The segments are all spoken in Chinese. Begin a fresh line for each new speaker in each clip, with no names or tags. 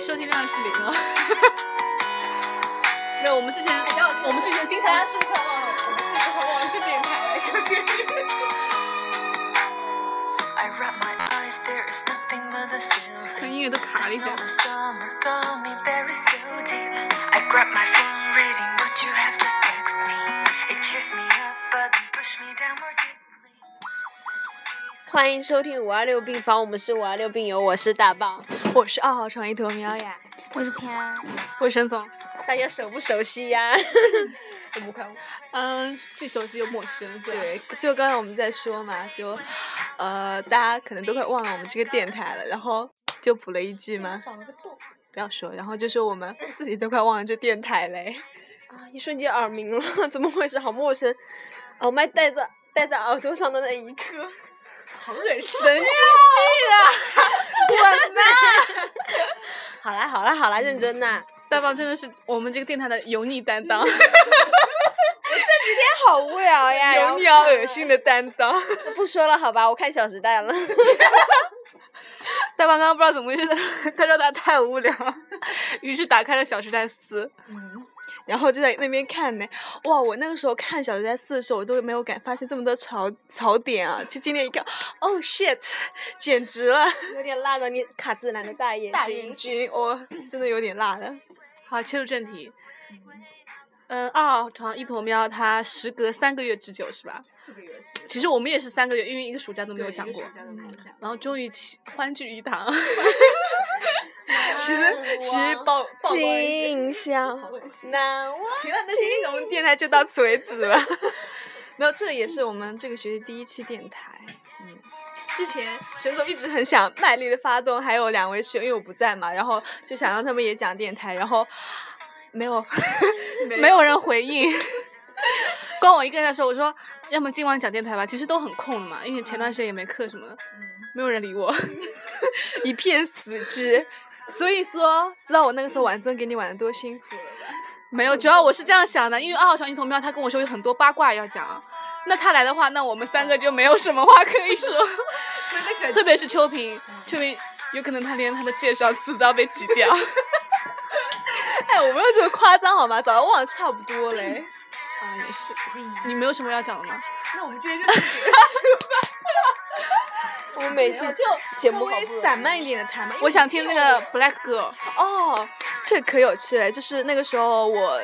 收听量是零啊。 没有，我们之前，我们之前经常
是不是快忘了？我们自己快忘了这电台了。
I wrap my eyes, there is nothing but the
像
ceiling.
音乐都卡了
The
一下
snow,。the summer, gummy berry soothing. I grab my phone, reading what you have just text me. It cheers me up, but then push me down more deeply.
欢迎收听五二六病房，我们是五二六病友，我是大棒。
我是二号床一头喵呀，
我是偏安，
我是沈总。
大家熟不熟悉呀？ 我们快忘
嗯，这手机又陌生。对，就刚才我们在说嘛，就呃，大家可能都快忘了我们这个电台了，然后就补了一句嘛，
长了个洞
不要说，然后就说我们自己都快忘了这电台嘞。
啊！一瞬间耳鸣了， 怎么回事？好陌生。耳麦戴在戴在耳朵上的那一刻，好恶心！
神经病啊！滚呐！
好啦好啦好啦，认真 呐！
大棒真的是我们这个电台的油腻担当，
好无聊哎呀！然
油
后
腻而恶心的担当。
不说了好吧，我看《小时代》了。
大棒刚刚不知道怎么回事，他他说他太无聊，于是打开了《小时代四》，然后就在那边看呢。哇，我那个时候看《小时代四》的时候，我都没有敢发现这么多槽槽点啊！就今天一看，Oh shit，简直了！
有点辣到你卡姿兰的大眼
大
睛
眼。睛，我、真的有点辣了。好，切入正题。嗯，二号床一坨喵，它时隔三个月之久是吧？
四个月
其实我们也是三个月，因为一个暑假都没
没
有
有
想
想
过
过。，
然后终于齐欢聚一 堂。
其
其实其实抱抱
今宵难忘。
行了，那今天我们电台就到此为止吧。 没有，这也是我们这个学期第一期电台。嗯，之前沈总一直很想卖力的发动，还有两位室友，因为我不在嘛，然后就想让他们也讲电台，然后没 有没有人回应。光我一个人在说，我说要么今晚讲电台吧，其实都很空嘛，因为前段时间也没课什么的，没有人理 我，一片死寂。所以说，知道我那个时候晚尊给你玩的多辛苦了吧？没有，主要我是这样想的，因为二号床一同票，他跟我说有很多八卦要讲，那他来的话，那我们三个就没有什么话可以说， 特别是秋萍，秋萍有可能他连他的介绍词都要被挤掉。 哎，我没有这么夸张好吗？早就忘了差不多嘞。啊，也是。你没有什么要讲的吗？
那我们今天就
我每期就节目好不容易
慢一点的谈吧。我想听那个 Black Girl。哦，这可有趣了，就是那个时候我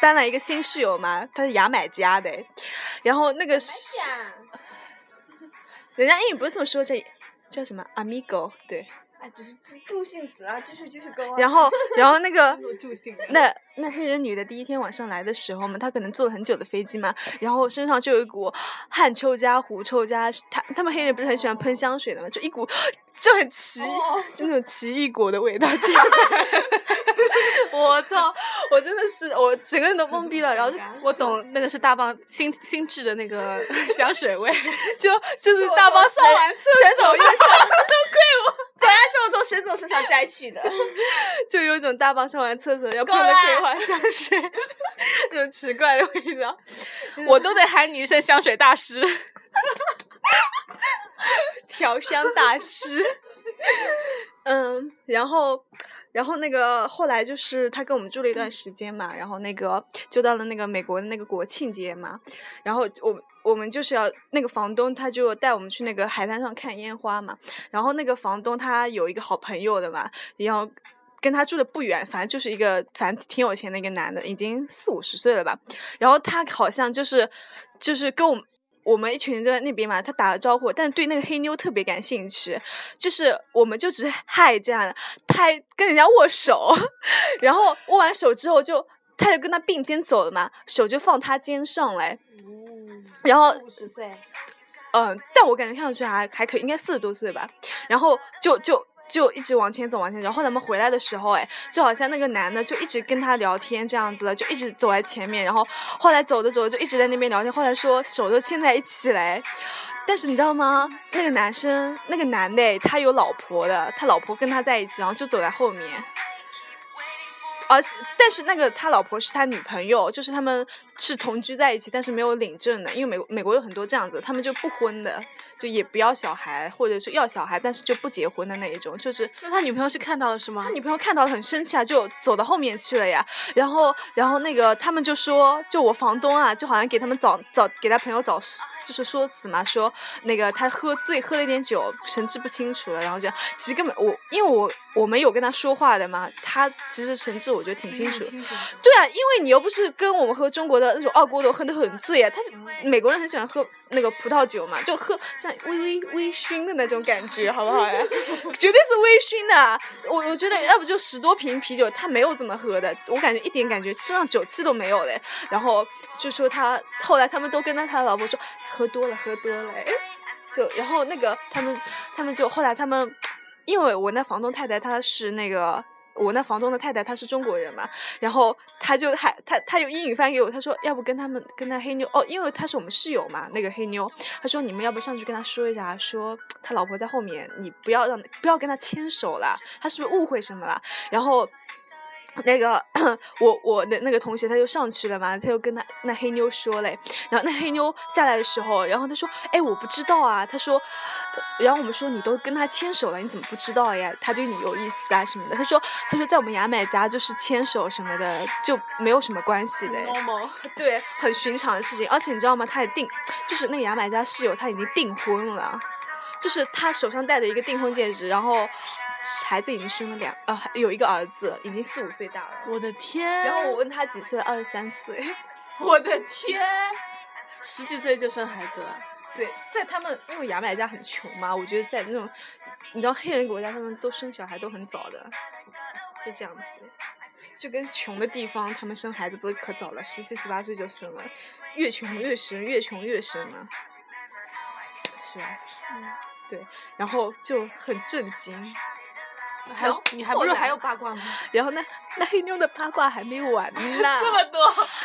搬了一个新室友嘛，他是牙买加的，然后那个是人家英语不是这么说，这叫什么 amigo 对，
哎，只是助兴词啊，继续继续跟我。
然后然后那 个
助兴。
那那黑人女的第一天晚上来的时候嘛，她可能坐了很久的飞机嘛，然后身上就有一股汗臭加狐臭加，她他们黑人不是很喜欢喷香水的嘛，就一股 就很奇，
哦
就那种奇异果的味道进来。 我操！我真的是我整个人都懵逼了，然后就我懂那个是大棒新新制的那个香水味， 就就是大棒上完沈总身 上
果然是我从沈总身上摘去的。
就有一种大棒上完厕所要喷
够
的葵
啦
花香水， 那种奇怪的味道，我都得喊你一声香水大师， 调香大师。嗯，然后，然后那个后来就是他跟我们住了一段时间嘛，然后那个就到了那个美国的那个国庆节嘛，然后我我们就是要那个房东他就带我们去那个海滩上看烟花嘛，然后那个房东他有一个好朋友的嘛，然后跟他住的不远，反正就是一个反正挺有钱的一个男的，已经四五十岁了吧。然后他好像就是就是跟我们我们一群人都在那边嘛，他打了招呼，但是对那个黑妞特别感兴趣，就是我们就只是嗨这样的，他还跟人家握手， 然后握完手之后就。他就跟他并肩走了嘛，手就放他肩上来，然后
五十岁，
嗯，但我感觉看上去还还可以，应该四十多岁吧。然后就就就一直往前走，往前走。然后他们回来的时候，哎，就好像那个男的就一直跟他聊天这样子的，就一直走在前面。然后后来走着走着就一直在那边聊天，后来说手都牵在一起嘞。但是你知道吗？那个男生，那个男的，哎他有老婆的，他老婆跟他在一起，然后就走在后呃面。而且但是那个他老婆是他女朋友，就是他们是同居在一起，但是没有领证的，因为美国美国有很多这样子，他们就不婚的，就也不要小孩，或者是要小孩，但是就不结婚的那一种，就是
那他女朋友是看到了是吗
他？女朋友看到了很生气啊，就走到后面去了呀。然后，然后那个他们就说，就我房东啊，就好像给他们找找给他朋友找，就是说辞嘛，说那个他喝醉喝了一点酒，神志不清楚了，然后就其实根本我因为我我们有跟他说话的嘛，他其实神志我觉得挺嗯清楚。对啊，因为你又不是跟我们喝中国的那种二锅头喝的很醉啊，他是美国人很喜欢喝那个葡萄酒嘛，就喝这样微微微醺的那种感觉，好不好呀？ 绝对是微醺的啊、我我觉得要不就十多瓶啤酒，他没有这么喝的，我感觉一点感觉，身上酒气都没有嘞。然后就说他后来他们都跟着他老婆说喝多了，喝多了。哎就然后那个他们他们就后来他们，因为我那房东太太她是那个。我那房东的太太她是中国人嘛，然后她就还她她有英语翻给我，她说要不跟他们跟那黑妞哦，因为她是我们室友嘛，那个黑妞，她说你们要不上去跟她说一下，说他老婆在后面，你不要让不要跟他牵手啦，他是不是误会什么啦？然后那个 我我的那个同学他就上去了嘛，他就跟他那黑妞说嘞，然后那黑妞下来的时候，然后他说，哎，我不知道啊，他说，然后我们说你都跟他牵手了，你怎么不知道呀？他对你有意思啊什么的，他说他说在我们牙买加就是牵手什么的就没有什么关系的，对，很寻常的事情，而且你知道吗？他也订，就是那个牙买加室友他已经订婚了。就是他手上戴着一个订婚戒指，然后孩子已经生了两呃有一个儿子，已经四五岁大了。
我的天！
然后我问他几岁，二十三岁。
我的天，十几岁就生孩子了，
对，在他们因为牙买加很穷嘛，我觉得在那种你知道黑人国家，他们都生小孩都很早的，就这样子。就跟穷的地方，他们生孩子不是可早了，十七十八岁就生了，越穷越生，越穷越生嘛，是吧？嗯对，然后就很震惊。
还有你还不是还有八卦吗？
然后呢，那黑妞的八卦还没完呢。
这么多，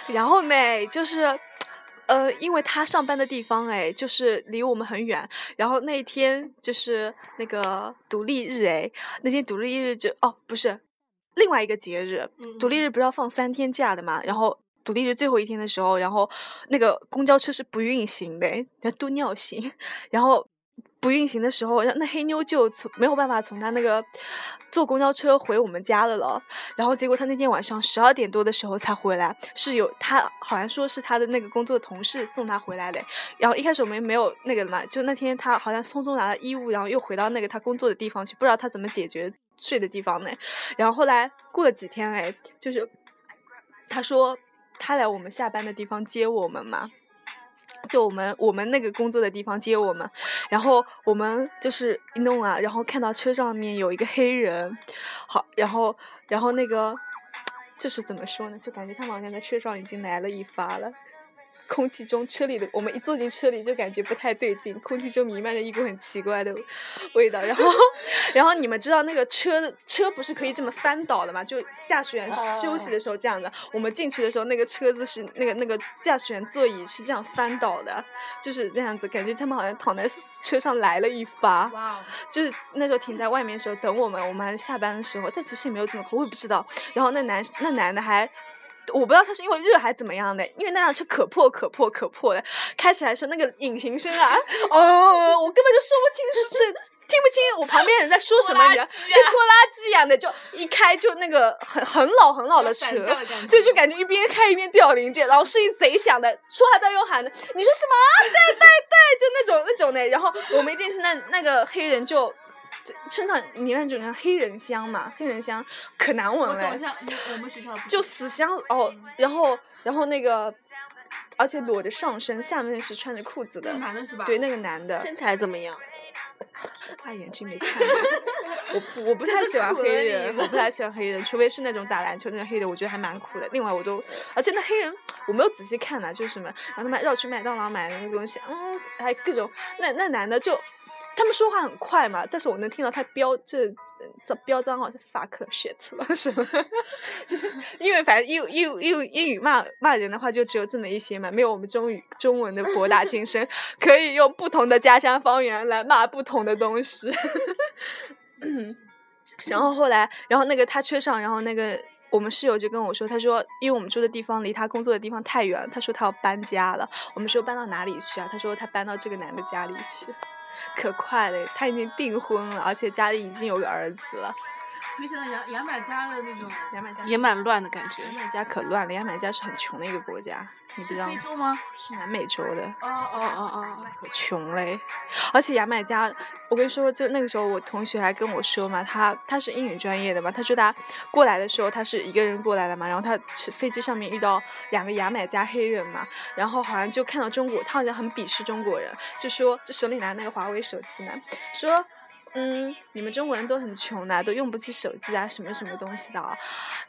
然后呢，就是，呃，因为她上班的地方哎，就是离我们很远。然后那一天就是那个独立日哎，那天独立日就哦不是，另外一个节日，
嗯
独立日不是要放三天假的嘛？然后独立日最后一天的时候，然后那个公交车是不运行的哎，要多尿性。然后不运行的时候，那黑妞就从没有办法从她那个坐公交车回我们家了了。然后结果她那天晚上十二点多的时候才回来，是有她好像说是她的那个工作同事送她回来的。然后一开始我们也没有那个的嘛，就那天她好像匆匆拿了衣物，然后又回到那个她工作的地方去，不知道她怎么解决睡的地方呢。然后后来过了几天，哎，就是她说她来我们下班的地方接我们嘛。就我们我们那个工作的地方接我们，然后我们就是一弄啊，然后看到车上面有一个黑人，好，然后然后那个就是怎么说呢，就感觉他们好像在车上已经来了一发了。空气中，车里的我们一坐进车里就感觉不太对劲，空气中弥漫着一股很奇怪的味道。然后， 然后你们知道那个车车不是可以这么翻倒的嘛？就驾驶员休息的时候这样的。我们进去的时候，那个车子是那个那个驾驶员座椅是这样翻倒的，就是那样子，感觉他们好像躺在车上来了一发。
哇哦，
就是那时候停在外面的时候等我们，我们还下班的时候，但其实也没有这么空，我也不知道。然后那男那男的还。我不知道他是因为热还是怎么样的，因为那辆车可破可破可破的，开起来时候那个引擎声 啊，哦，我根本就说不清是听不清我旁边人在说什么，你知道，
拖拉机啊
跟拖拉机一样的，就一开就那个很很老很老的车，对，就感觉一边开一边掉零件，然后声音贼响的，说话带又喊的，你说什么？对对对，就那种那种的。然后我们一进去，那那个黑人就就身上弥漫着那种黑人香嘛，黑人香可难闻
我
了
懂，，像我们学 校
就死香哦。然后然后那个，而且裸着上身，下面是穿着裤子的
那。男的是吧？
对，那个男的，
身材怎么样？
大眼睛没看。我不我不太
这是
喜欢
苦
黑
了你
人，我不太喜欢黑人，除非是那种打篮球那种黑人，我觉得还蛮酷的。另外我都，而且那黑人我没有仔细看呐、就是什么，然后他们绕去麦当劳买的那个东西，嗯，还各种那那男的就。他们说话很快嘛，但是我能听到他飙这这飙脏话，fuck shit 了 什么，就是因为反正英英英英语骂骂人的话就只有这么一些嘛，没有我们中语中文的博大精深， 可以用不同的家乡方言来骂不同的东西。然后后来，然后那个他车上，然后那个。我们室友就跟我说，他说因为我们住的地方离他工作的地方太远了，他说他要搬家了。我们说搬到哪里去啊？他说他搬到这个男的家里去，可快了，他已经订婚了，而且家里已经有个儿子了。
没想到牙牙买加的那种，
牙买加
也蛮乱的感觉。
牙买加可乱了，牙买加是很穷的一个国家，你不知道
非
吗？
洲吗？
是南美洲的。
哦哦哦
可穷嘞，而且牙买加，我跟你说，就那个时候我同学还跟我说嘛，他他是英语专业的嘛，他说他过来的时候他是一个人过来的嘛，然后他是飞机上面遇到两个牙买加黑人嘛，然后好像就看到中国，他好像很鄙视中国人，就说就手里拿那个华为手机嘛，说。嗯，你们中国人都很穷的，都用不起手机啊，什么什么东西的啊。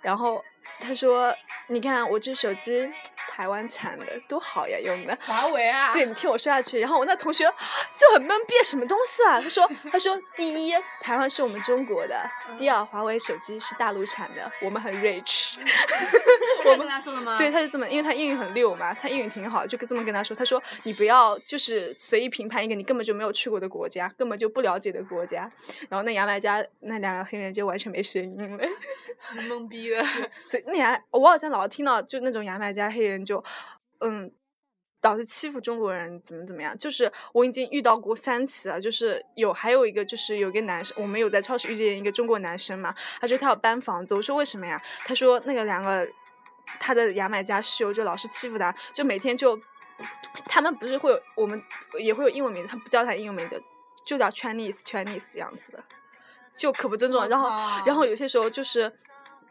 然后他说：“你看我这手机，台湾产的，多好呀，用的。”
哦，华为啊，
对，你听我说下去。然后我那同学就很懵逼，什么东西啊？他说，他说，第一，台湾是我们中国的；
嗯
第二，华为手机是大陆产的，我们很 rich。
我嗯跟他说的吗？
对，，他就这么，因为他英语很溜嘛，他英语挺好，就这么跟他说，他说你不要就是随意评判一个你根本就没有去过的国家，根本就不了解的国家。然后那牙买加那两个黑人就完全没声音了。
很 懵逼的。
所以那牙，我好像老听到就那种牙买加黑人就，嗯，老是欺负中国人，怎么怎么样？就是我已经遇到过三起了，就是有还有一个就是有一个男生，我们有在超市遇见一个中国男生嘛，他说他要搬房子，我说为什么呀？他说那个两个他的牙买加室友就老是欺负他，就每天就他们不是会有我们也会有英文名字，他不叫他英文名字，就叫 Chinese Chinese 这样子的，就可不尊重了。然后然后有些时候就是。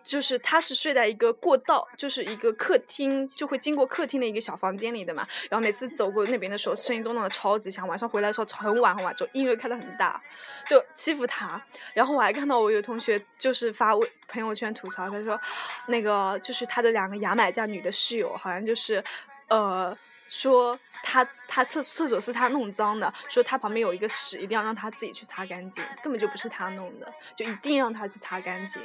就是他是睡在一个过道，就是一个客厅，就会经过客厅的一个小房间里的嘛。然后每次走过那边的时候，声音都弄得超级响。晚上回来的时候很晚很晚，就音乐开的很大，就欺负他。然后我还看到我有同学就是发微朋友圈吐槽，他说那个就是他的两个牙买加女的室友，好像就是呃说他他厕厕所是他弄脏的，说他旁边有一个屎，一定要让他自己去擦干净，根本就不是他弄的，就一定让他去擦干净，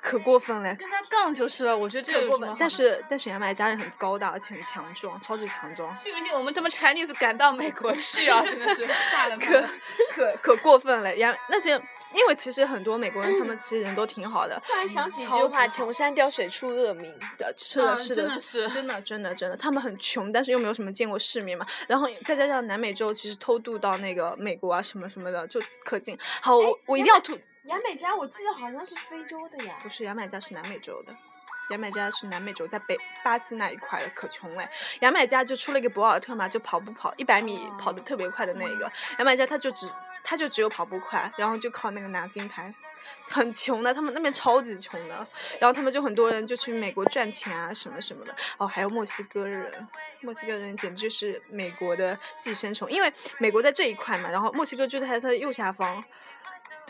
可过分了。
跟他杠就是了，我觉得这有
可
什
过
么
分
好？，
但是但是牙买加人很高大，而且很强壮，超级强壮。
信不信我们这么 Chinese 赶到美国去啊？真的 是吓人
可可可过分了，然后那些因为其实很多美国人，他们其实人都挺好的，呃
突然想起一句
超
话：“
级
穷山凋水出恶名。
的是的，
嗯
是
真
的，
的是
真的，真的，真的，他们很穷，但是又没有什么见过世面嘛。然后再加上南美洲，其实偷渡到那个美国啊什么什么的，就可劲。好，
哎
我我一定要吐，”
牙买加，我记得好像是非洲的呀。
不是牙买加是南美洲的，牙买加是南美洲，在北巴西那一块的，可穷嘞。牙买加就出了一个博尔特嘛，就跑步跑一百米跑得特别快的那一个，牙买加他就只他就只有跑步快，然后就靠那个拿金牌，很穷的，他们那边超级穷的，然后他们就很多人就去美国赚钱啊什么什么的，哦，还有墨西哥人。墨西哥人简直就是美国的寄生虫，因为美国在这一块嘛，然后墨西哥就在它的右下方，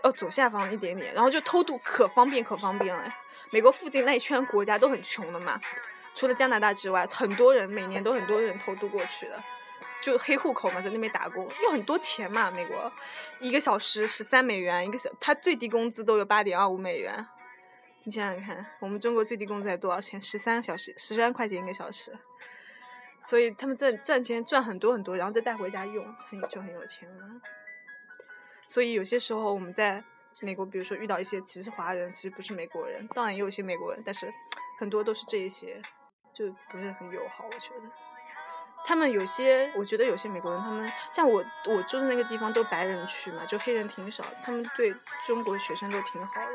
哦左下方一点点，然后就偷渡可方便可方便了。美国附近那一圈国家都很穷的嘛，除了加拿大之外，很多人每年都很多人偷渡过去的，就黑户口嘛，在那边打工，因为很多钱嘛，美国一个小时十三美元，一个小他最低工资都有八点二五美元。你想想看，我们中国最低工资才多少钱？十三小时，十三块钱一个小时。所以他们赚赚钱赚很多很多，然后再带回家用，很就很有钱了。所以有些时候我们在美国，比如说遇到一些其实华人其实不是美国人，当然也有一些美国人，但是很多都是这一些，就不是很友好，我觉得。他们有些，我觉得有些美国人，他们像我我住的那个地方都白人区嘛，就黑人挺少，他们对中国学生都挺好的。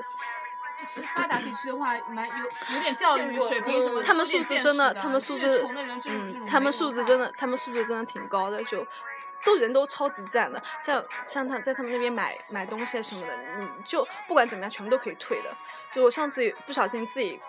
其实发达地区的话，蛮有有点教育水平什么的，
嗯他
有点
们素质
见
真的，
识
他们素
越
质
穷的人，就是那
嗯，
种
他
没
们
文
素质
化
真的，他们素质真的挺高的，就都人都超级赞的。像像他在他们那边买买东西啊什么的，你就不管怎么样，全部都可以退的。就我上次也不小心自己。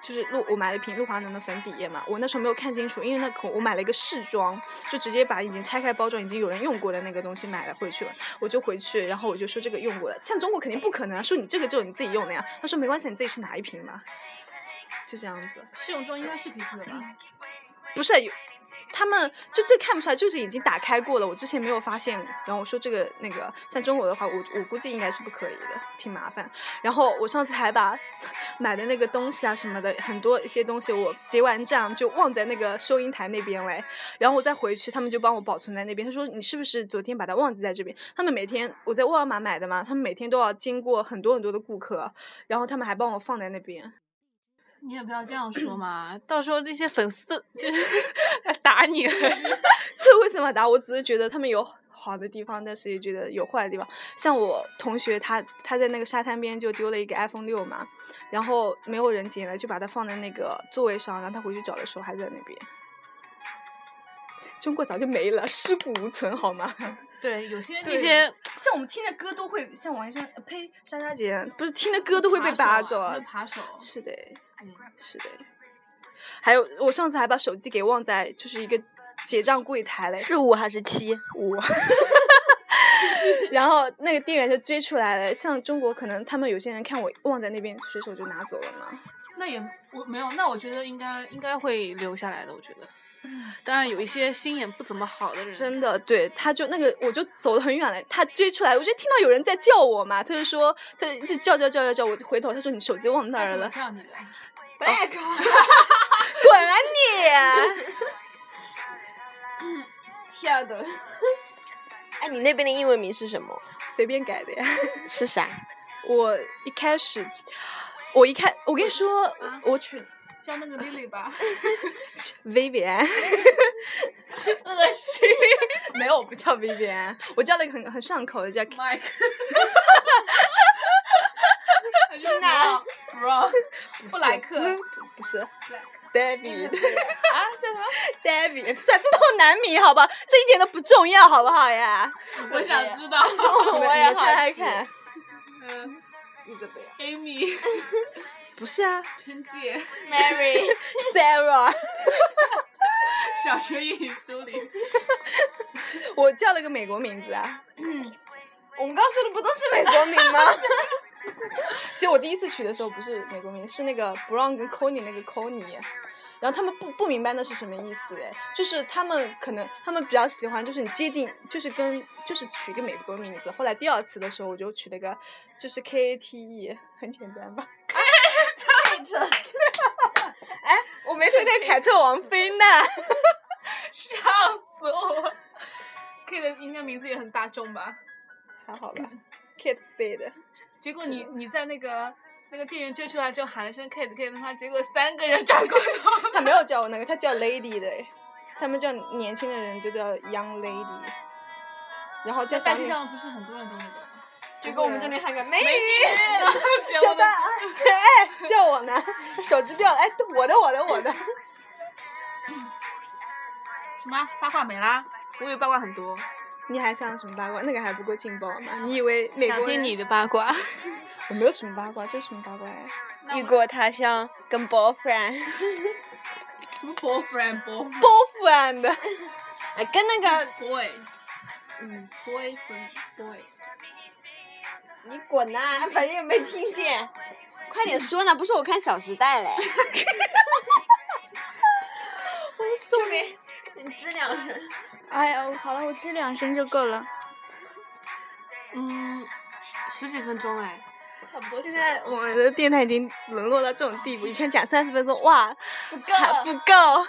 就是露，我买了一瓶露华浓的粉底液嘛，我那时候没有看清楚，因为那口我买了一个试装，就直接把已经拆开包装、已经有人用过的那个东西买了回去了。我就回去，然后我就说这个用过的，像中国肯定不可能啊，说你这个只有你自己用的呀。他说没关系，你自己去拿一瓶嘛，就这样子。嗯
试用装应该是可以做的吧？
不是有他们就这看不出来，就是已经打开过了，我之前没有发现。然后我说这个那个，像中国的话，我我估计应该是不可以的，挺麻烦。然后我上次还把买的那个东西啊什么的，很多一些东西我结完账就忘在那个收银台那边嘞。然后我再回去，他们就帮我保存在那边。他说你是不是昨天把它忘记在这边？他们每天我在沃尔玛买的嘛，他们每天都要经过很多很多的顾客，然后他们还帮我放在那边。
你也不要这样说 嘛，
到时候那些粉丝都 就是来打你了。
这为什么打？我只是觉得他们有好的地方，但是也觉得有坏的地方。像我同学他他在那个沙滩边就丢了一个 iPhone 六嘛，然后没有人捡了，就把它放在那个座位上，然后他回去找的时候还在那边。中国早就没了，尸骨无存，好吗？
对，有些那
对
些
像我们听的歌都会，像王一山，呃呸，莎莎姐不是听的歌都会被拔走
啊，
啊
会。扒手。
是的，嗯，是的。还有，我上次还把手机给忘在就是一个结账柜台嘞，
是五还是七？
五。然后那个店员就追出来了，像中国可能他们有些人看我忘在那边，随手就拿走了嘛。
那也我没有，那我觉得应该
应该会留下来的，我觉得。当然有一些心眼不怎么好的人，
嗯真的，对，他就那个，我就走得很远了，他追出来，我就听到有人在叫我嘛，他就说，他就叫叫叫叫叫，我就回头，他说你手机忘哪
该
儿
怎么
了？
叫你了？ 哦
滚啊你！
票的。哎，你那边的英文名是什么？
随便改的呀。
是啥？
我一开始，我一开，我跟你说，我去
叫 那个 Lily 吧。
Vivian，恶心， 没有，我不叫 Vivian，我叫了一个很很上口的叫
Mike，
是
啊
哪？
布莱克，不是 David 啊，叫什么 David？算哎这都难迷，好吧，这一点都不重要，好不好呀？
我想知道。
你们
我
你
也
们猜猜看，
嗯，Amy，
不是啊
陈姐，
Mary，
，Sarah，
小学英语书 里。
我叫了个美国名字啊，
我们刚说的不都是美国 名吗？
其实我第一次取的时候不是美国名，是那个 Brown 跟 Coney 那个 Coney，然后他们不不明白那是什么意思哎，就是他们可能他们比较喜欢就是你接近，就是跟就是取一个美国名字。后来第二次的时候我就取了个就是 K A T E，很简单吧？
我没
就那个凯特王妃呢，
K 的应该名字也很大众吧？
还好吧？Kate Spade，
结果你你在那个那个店员追出来之后喊了声 Kate Kate，他结果三个人转过 头。
他没有叫我那个，他叫 Lady 的哎，他们叫年轻的人就叫 Young Lady，然后叫小
但是
女
这样不是很多人都那个 吗？
就跟我们这里喊个美女，
叫的，哎，叫我呢， 手机掉了，哎，我的，我的，我的。
什么八卦没啦？
我有八卦很多，
你还想什么八卦？那个还不够劲爆吗？你以为美
想
国
听
人
你的八卦。
我没有什么八卦，这有什么八卦呀？
异国他乡 跟 boyfriend，
什么 boyfriend boy
包袱啊的，
哎，跟那个
boy，嗯，boyfriend boy，
你滚呐、反正也没听见，快点说呢，不是我看《小时代》嘞。 说明你知两声，
哎呀，好了，我吱两声就够了。
嗯，十几分钟哎，
差不多
现在我们的电台已经沦落到这种地步，以前讲三十分钟，哇，
不够
还不够。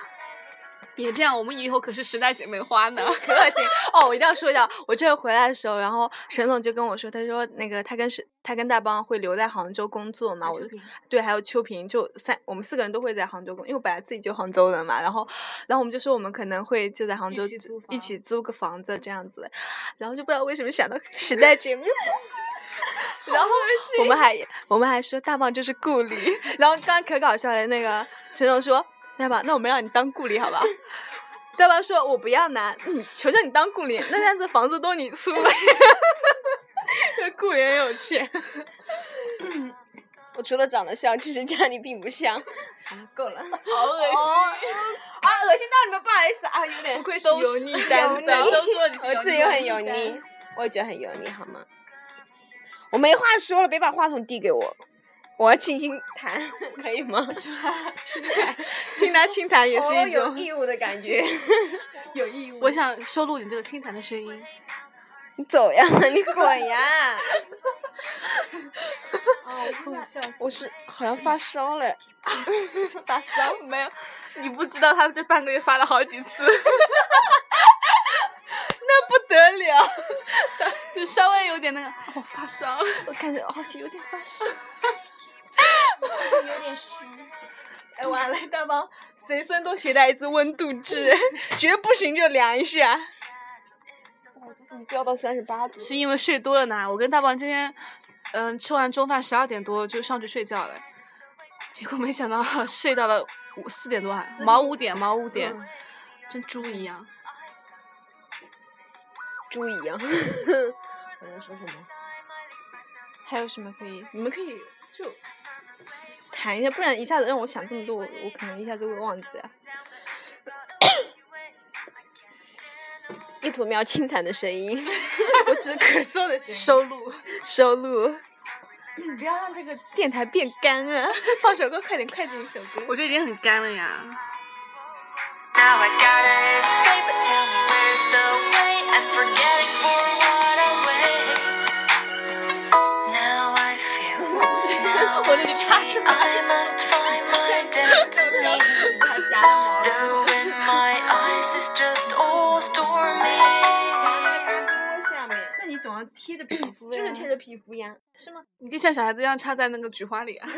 别这样，我们以后可是时代姐妹花呢。
可恶心哦！我一定要说一下，我这次回来的时候，然后沈总就跟我说，他说那个他跟沈他跟大邦会留在杭州工作啊嘛，我就对，还有秋萍，就三我们四个人都会在杭州工，因为我本来自己就杭州人嘛，然后然后我们就说我们可能会就在杭
一
州
起租
一
房
起租个房子这样子，然后就不知道为什么想到 时代 姐妹。然后我们还我们还说大棒就是 顾里，然后刚刚可搞笑了，那个陈总说大棒，那我们让你当顾里 好不好？大棒说：“我不要拿，嗯，求求你当顾里，那样子房子都你出了。” 顾里很有趣。
我除了长得像，其实家里并 不像。够了，好
好恶
恶
心。
心啊！恶心到你们，不好意思啊，有点。
不愧是油腻
油
担
腻
当。
都说你是
我自己
油
又
腻
很油
的
腻，我也觉得很油腻，好吗？我没话说了，别把话筒递给我。我要轻轻弹， 可以吗？
听他轻弹也是
哦
一
有
种
义务的感觉。
有义务。
我想收录你这个轻弹的声音。
你 走呀，你滚 呀！
哦，我真的笑死
我是好像发烧了，
发骚，没有，你不知道他这半个月发了好几 次，那不得了，
就稍微有点那个，我、发烧了。
我感觉好像有点发烧。
有点虚。
哎，完了，大帮随身都携带一支温度计， 觉得不行就量一下。
飙到三十八度。
是因为睡多了呢。我跟大棒今天，嗯，吃完中饭十二点多就上去睡觉了，结果没想到 睡到了五四点多还毛五点毛五点，
嗯
跟猪 一样。
猪一样。我能说什么？
还有什么可以？你们可以就谈一下，不然一下子让我想这么多，我我可能一下子会忘记啊。
一坨喵轻弹的声音。
我只是咳嗽的声音。
收录，
收录，
不要让这个
电台变干啊！放首歌，快点，快进一首歌。
我就已经很干了呀。
Now I gotta escape, but tell me where's the way? I'm forgetting for what I wait. Now I feel, now I see, I must find my destiny.
还夹着毛。
Though in my eyes is just all stormy.
那你总要贴着皮肤呀？
就是贴着皮肤呀。
你可以像小孩子一样插在那个菊花里啊。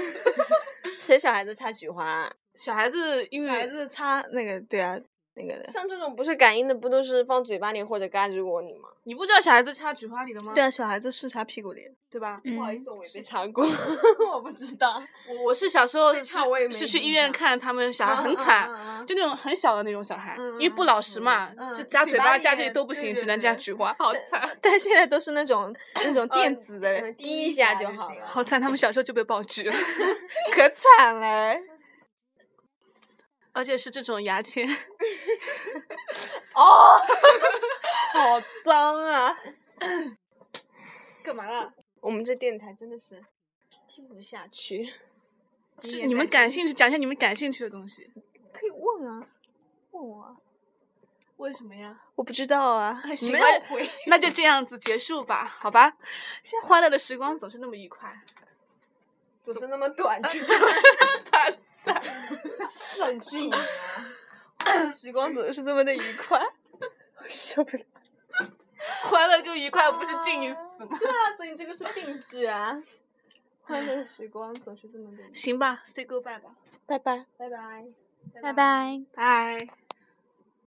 谁小孩子插菊花啊？
小孩子因
小孩
为
子插那个，对啊，那个的。
像这种不是感应的，不都是放嘴巴里或者嘎吱窝里吗？
你不知道小孩子插菊花里的吗？
对啊，小孩子是插屁股的，对吧？
嗯，
思，我也没插过， 我不知道。
我我是小时候
被
是
插我也没
是去医
印
院
象
看他们小孩很
嗯
惨，。
嗯嗯嗯嗯
就那种很小的那种小孩，
嗯
因为不老实嘛，
嗯嗯
就夹
嘴
嘴
巴
巴
里
夹这
也
里都不
对
行，
对
只能夹
对
菊花，好惨，
但现在都是那种那 种电子的，
嗯滴一下就好了
好惨！他们小时候就被爆菊了，
可惨了。
而且是这种牙签，
哦，好脏啊！
干嘛啦？
我们这电台真的是
嗯
听不下去，
是你们感兴趣，讲一下你们感兴趣的东西。
可以问啊，问我啊，
为什么呀？
我不知道啊。你
行
们
吧
让我回，
那就这样子结束吧，好吧？欢乐的时光总是那么愉快。
总是那么 短暂， 神经。
时光总是这么的愉快。
受不了。
欢乐跟愉快不是近义词 吗？
对啊，所以这个是病句 啊。欢乐的时光总是这么的。
行吧，say goodbye 吧，
拜拜。
拜拜。
拜拜。
拜。